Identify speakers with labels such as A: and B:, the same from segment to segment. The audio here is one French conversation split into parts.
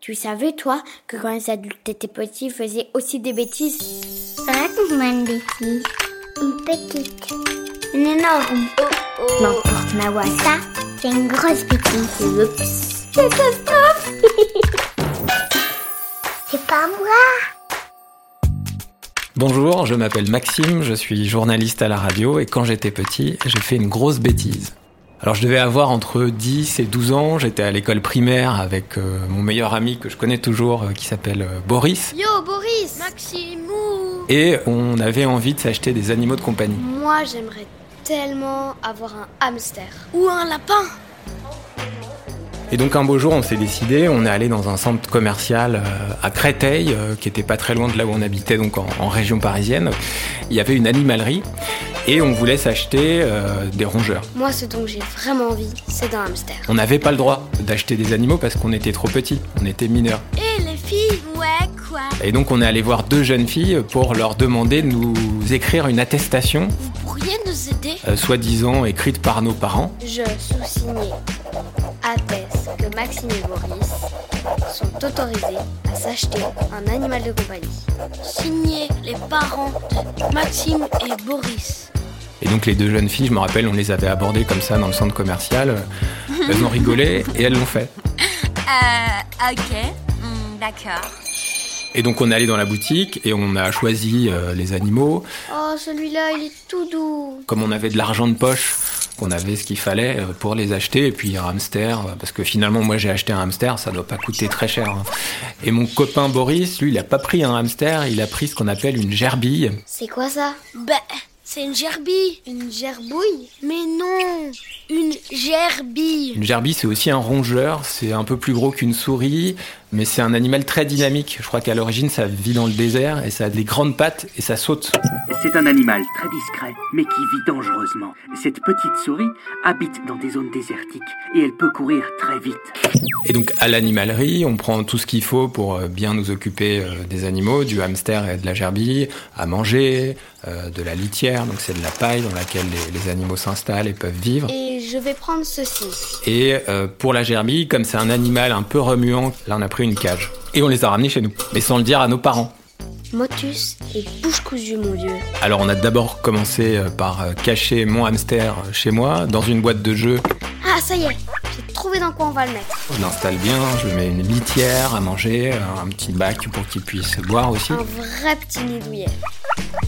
A: Tu savais, toi, que quand les adultes étaient petits, ils faisaient aussi des bêtises
B: Raconte-moi une bêtise. Une petite. Une énorme.
A: Oh, N'importe ma voix.
B: Ça, c'est une grosse bêtise.
A: Oups.
B: Catastrophe C'est pas moi
C: Bonjour, je m'appelle Maxime, je suis journaliste à la radio et quand j'étais petit, j'ai fait une grosse bêtise. Alors je devais avoir entre 10 et 12 ans, j'étais à l'école primaire avec euh, mon meilleur ami que je connais toujours euh, qui s'appelle euh, Boris
D: Yo Boris Maximou
C: et on avait envie de s'acheter des animaux de compagnie.
D: Moi j'aimerais tellement avoir un hamster. Ou un lapin
C: Et donc un beau jour, on s'est décidé, on est allé dans un centre commercial euh, à Créteil, euh, qui était pas très loin de là où on habitait, donc en, en région parisienne. Il y avait une animalerie et on voulait s'acheter euh, des rongeurs.
D: Moi ce dont j'ai vraiment envie, c'est d'un hamster.
C: On n'avait pas le droit d'acheter des animaux parce qu'on était trop petit, on était mineurs.
D: Et les filles Ouais quoi
C: Et donc on est allé voir deux jeunes filles pour leur demander de nous écrire une attestation,
D: Vous pourriez nous aider
C: euh, soi-disant écrite par nos parents.
D: Je sous-signais atteste que Maxime et Boris sont autorisés à s'acheter un animal de compagnie. Signé les parents de Maxime et Boris.
C: Et donc les deux jeunes filles, je me rappelle, on les avait abordées comme ça dans le centre commercial. euh, Elles ont rigolé et elles l'ont fait.
E: Euh, ok, Hmm, d'accord.
C: Et donc on est allé dans la boutique et on a choisi euh, les animaux.
D: Oh celui-là il est tout doux.
C: Comme on avait de l'argent de poche, on avait ce qu'il fallait euh, pour les acheter. Et puis un hamster, euh, parce que finalement moi j'ai acheté un hamster, ça doit pas coûter très cher. hein. Et mon copain Boris, lui, il a pas pris un hamster, il a pris ce qu'on appelle une gerbille.
D: C'est quoi ça
E: Bah, c'est une gerbille.
D: Une gerbouille Mais non Une gerbille
C: Une gerbille, c'est aussi un rongeur, c'est un peu plus gros qu'une souris, mais c'est un animal très dynamique. Je crois qu'à l'origine ça vit dans le désert et ça a des grandes pattes et ça saute.
F: C'est un animal très discret, mais qui vit dangereusement. Cette petite souris habite dans des zones désertiques et elle peut courir très vite.
C: Et donc à l'animalerie, on prend tout ce qu'il faut pour euh, bien nous occuper euh, des animaux, du hamster et de la gerbille, à manger, euh, de la litière, donc c'est de la paille dans laquelle les, les animaux s'installent et peuvent vivre.
D: Et je vais prendre ceci.
C: Et euh, pour la gerbille, comme c'est un animal un peu remuant, là on a pris une cage. Et on les a ramenés chez nous, mais sans le dire à nos parents.
D: Motus et bouche cousue, mon dieu.
C: Alors on a d'abord commencé euh, par euh, cacher mon hamster euh, chez moi, dans une boîte de jeu.
D: Ah, ça y est J'ai trouvé dans quoi on va le mettre.
C: Je l'installe bien, je lui mets une litière à manger, euh, un petit bac pour qu'il puisse boire aussi.
D: Un vrai petit nidouillet.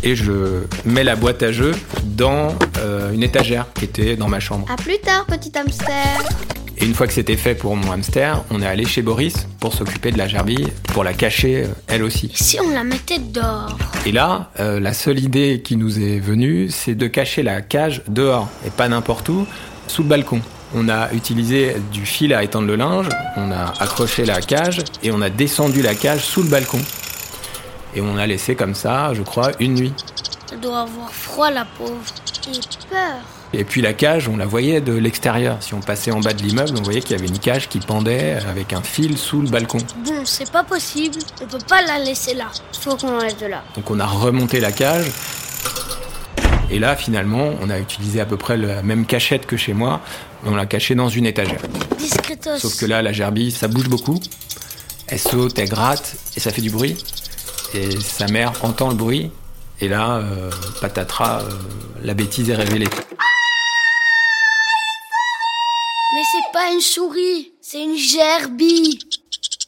C: et je mets la boîte à jeux dans euh, une étagère qui était dans ma chambre.
D: À plus tard, petit hamster
C: Et une fois que c'était fait pour mon hamster, on est allé chez Boris pour s'occuper de la gerbille, pour la cacher euh, elle aussi.
D: Et si on la mettait dehors
C: Et là, euh, la seule idée qui nous est venue, c'est de cacher la cage dehors, et pas n'importe où, sous le balcon. On a utilisé du fil à étendre le linge, on a accroché la cage et on a descendu la cage sous le balcon. Et on a laissé comme ça, je crois, une nuit.
D: Elle doit avoir froid, la pauvre. Et peur
C: Et puis la cage, on la voyait de l'extérieur. Si on passait en bas de l'immeuble, on voyait qu'il y avait une cage qui pendait avec un fil sous le balcon.
D: Bon, c'est pas possible. On peut pas la laisser là. Faut qu'on l'enlève de là.
C: Donc on a remonté la cage. Et là, finalement, on a utilisé à peu près la même cachette que chez moi. mais On l'a cachée dans une étagère.
D: Discretos.
C: Sauf que là, la gerbille, ça bouge beaucoup. Elle saute, elle gratte, et ça fait du bruit. Et sa mère entend le bruit. Et là, euh, patatras, euh, la bêtise est révélée.
D: Mais c'est pas une souris, c'est une gerbille.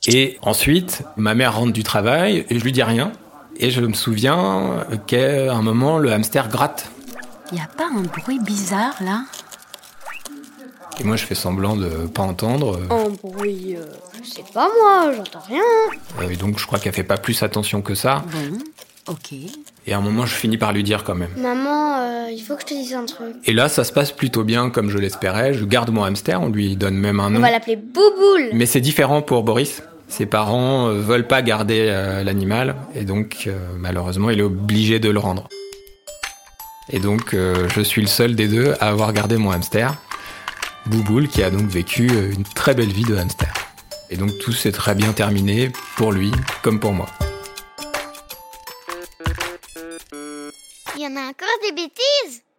C: Et ensuite, ma mère rentre du travail et je lui dis rien. Et je me souviens qu'à un moment, le hamster gratte.
E: Y a pas un bruit bizarre là
C: Et moi, je fais semblant de pas entendre.
D: Un bruit, euh, je sais pas moi, j'entends rien.
C: Euh, Et donc, je crois qu'elle fait pas plus attention que ça.
E: Bon, ok.
C: Et à un moment, je finis par lui dire quand même.
D: Maman, euh, il faut que je te dise un truc.
C: Et là, ça se passe plutôt bien comme je l'espérais. Je garde mon hamster, on lui donne même un
D: On
C: nom.
D: va l'appeler Bouboule.
C: Mais c'est différent pour Boris. Ses parents euh, veulent pas garder euh, l'animal et donc euh, malheureusement il est obligé de le rendre. Et donc euh, je suis le seul des deux à avoir gardé mon hamster, Bouboule, qui a donc vécu euh, une très belle vie de hamster. Et donc tout s'est très bien terminé pour lui comme pour moi.
B: Il y en a encore des bêtises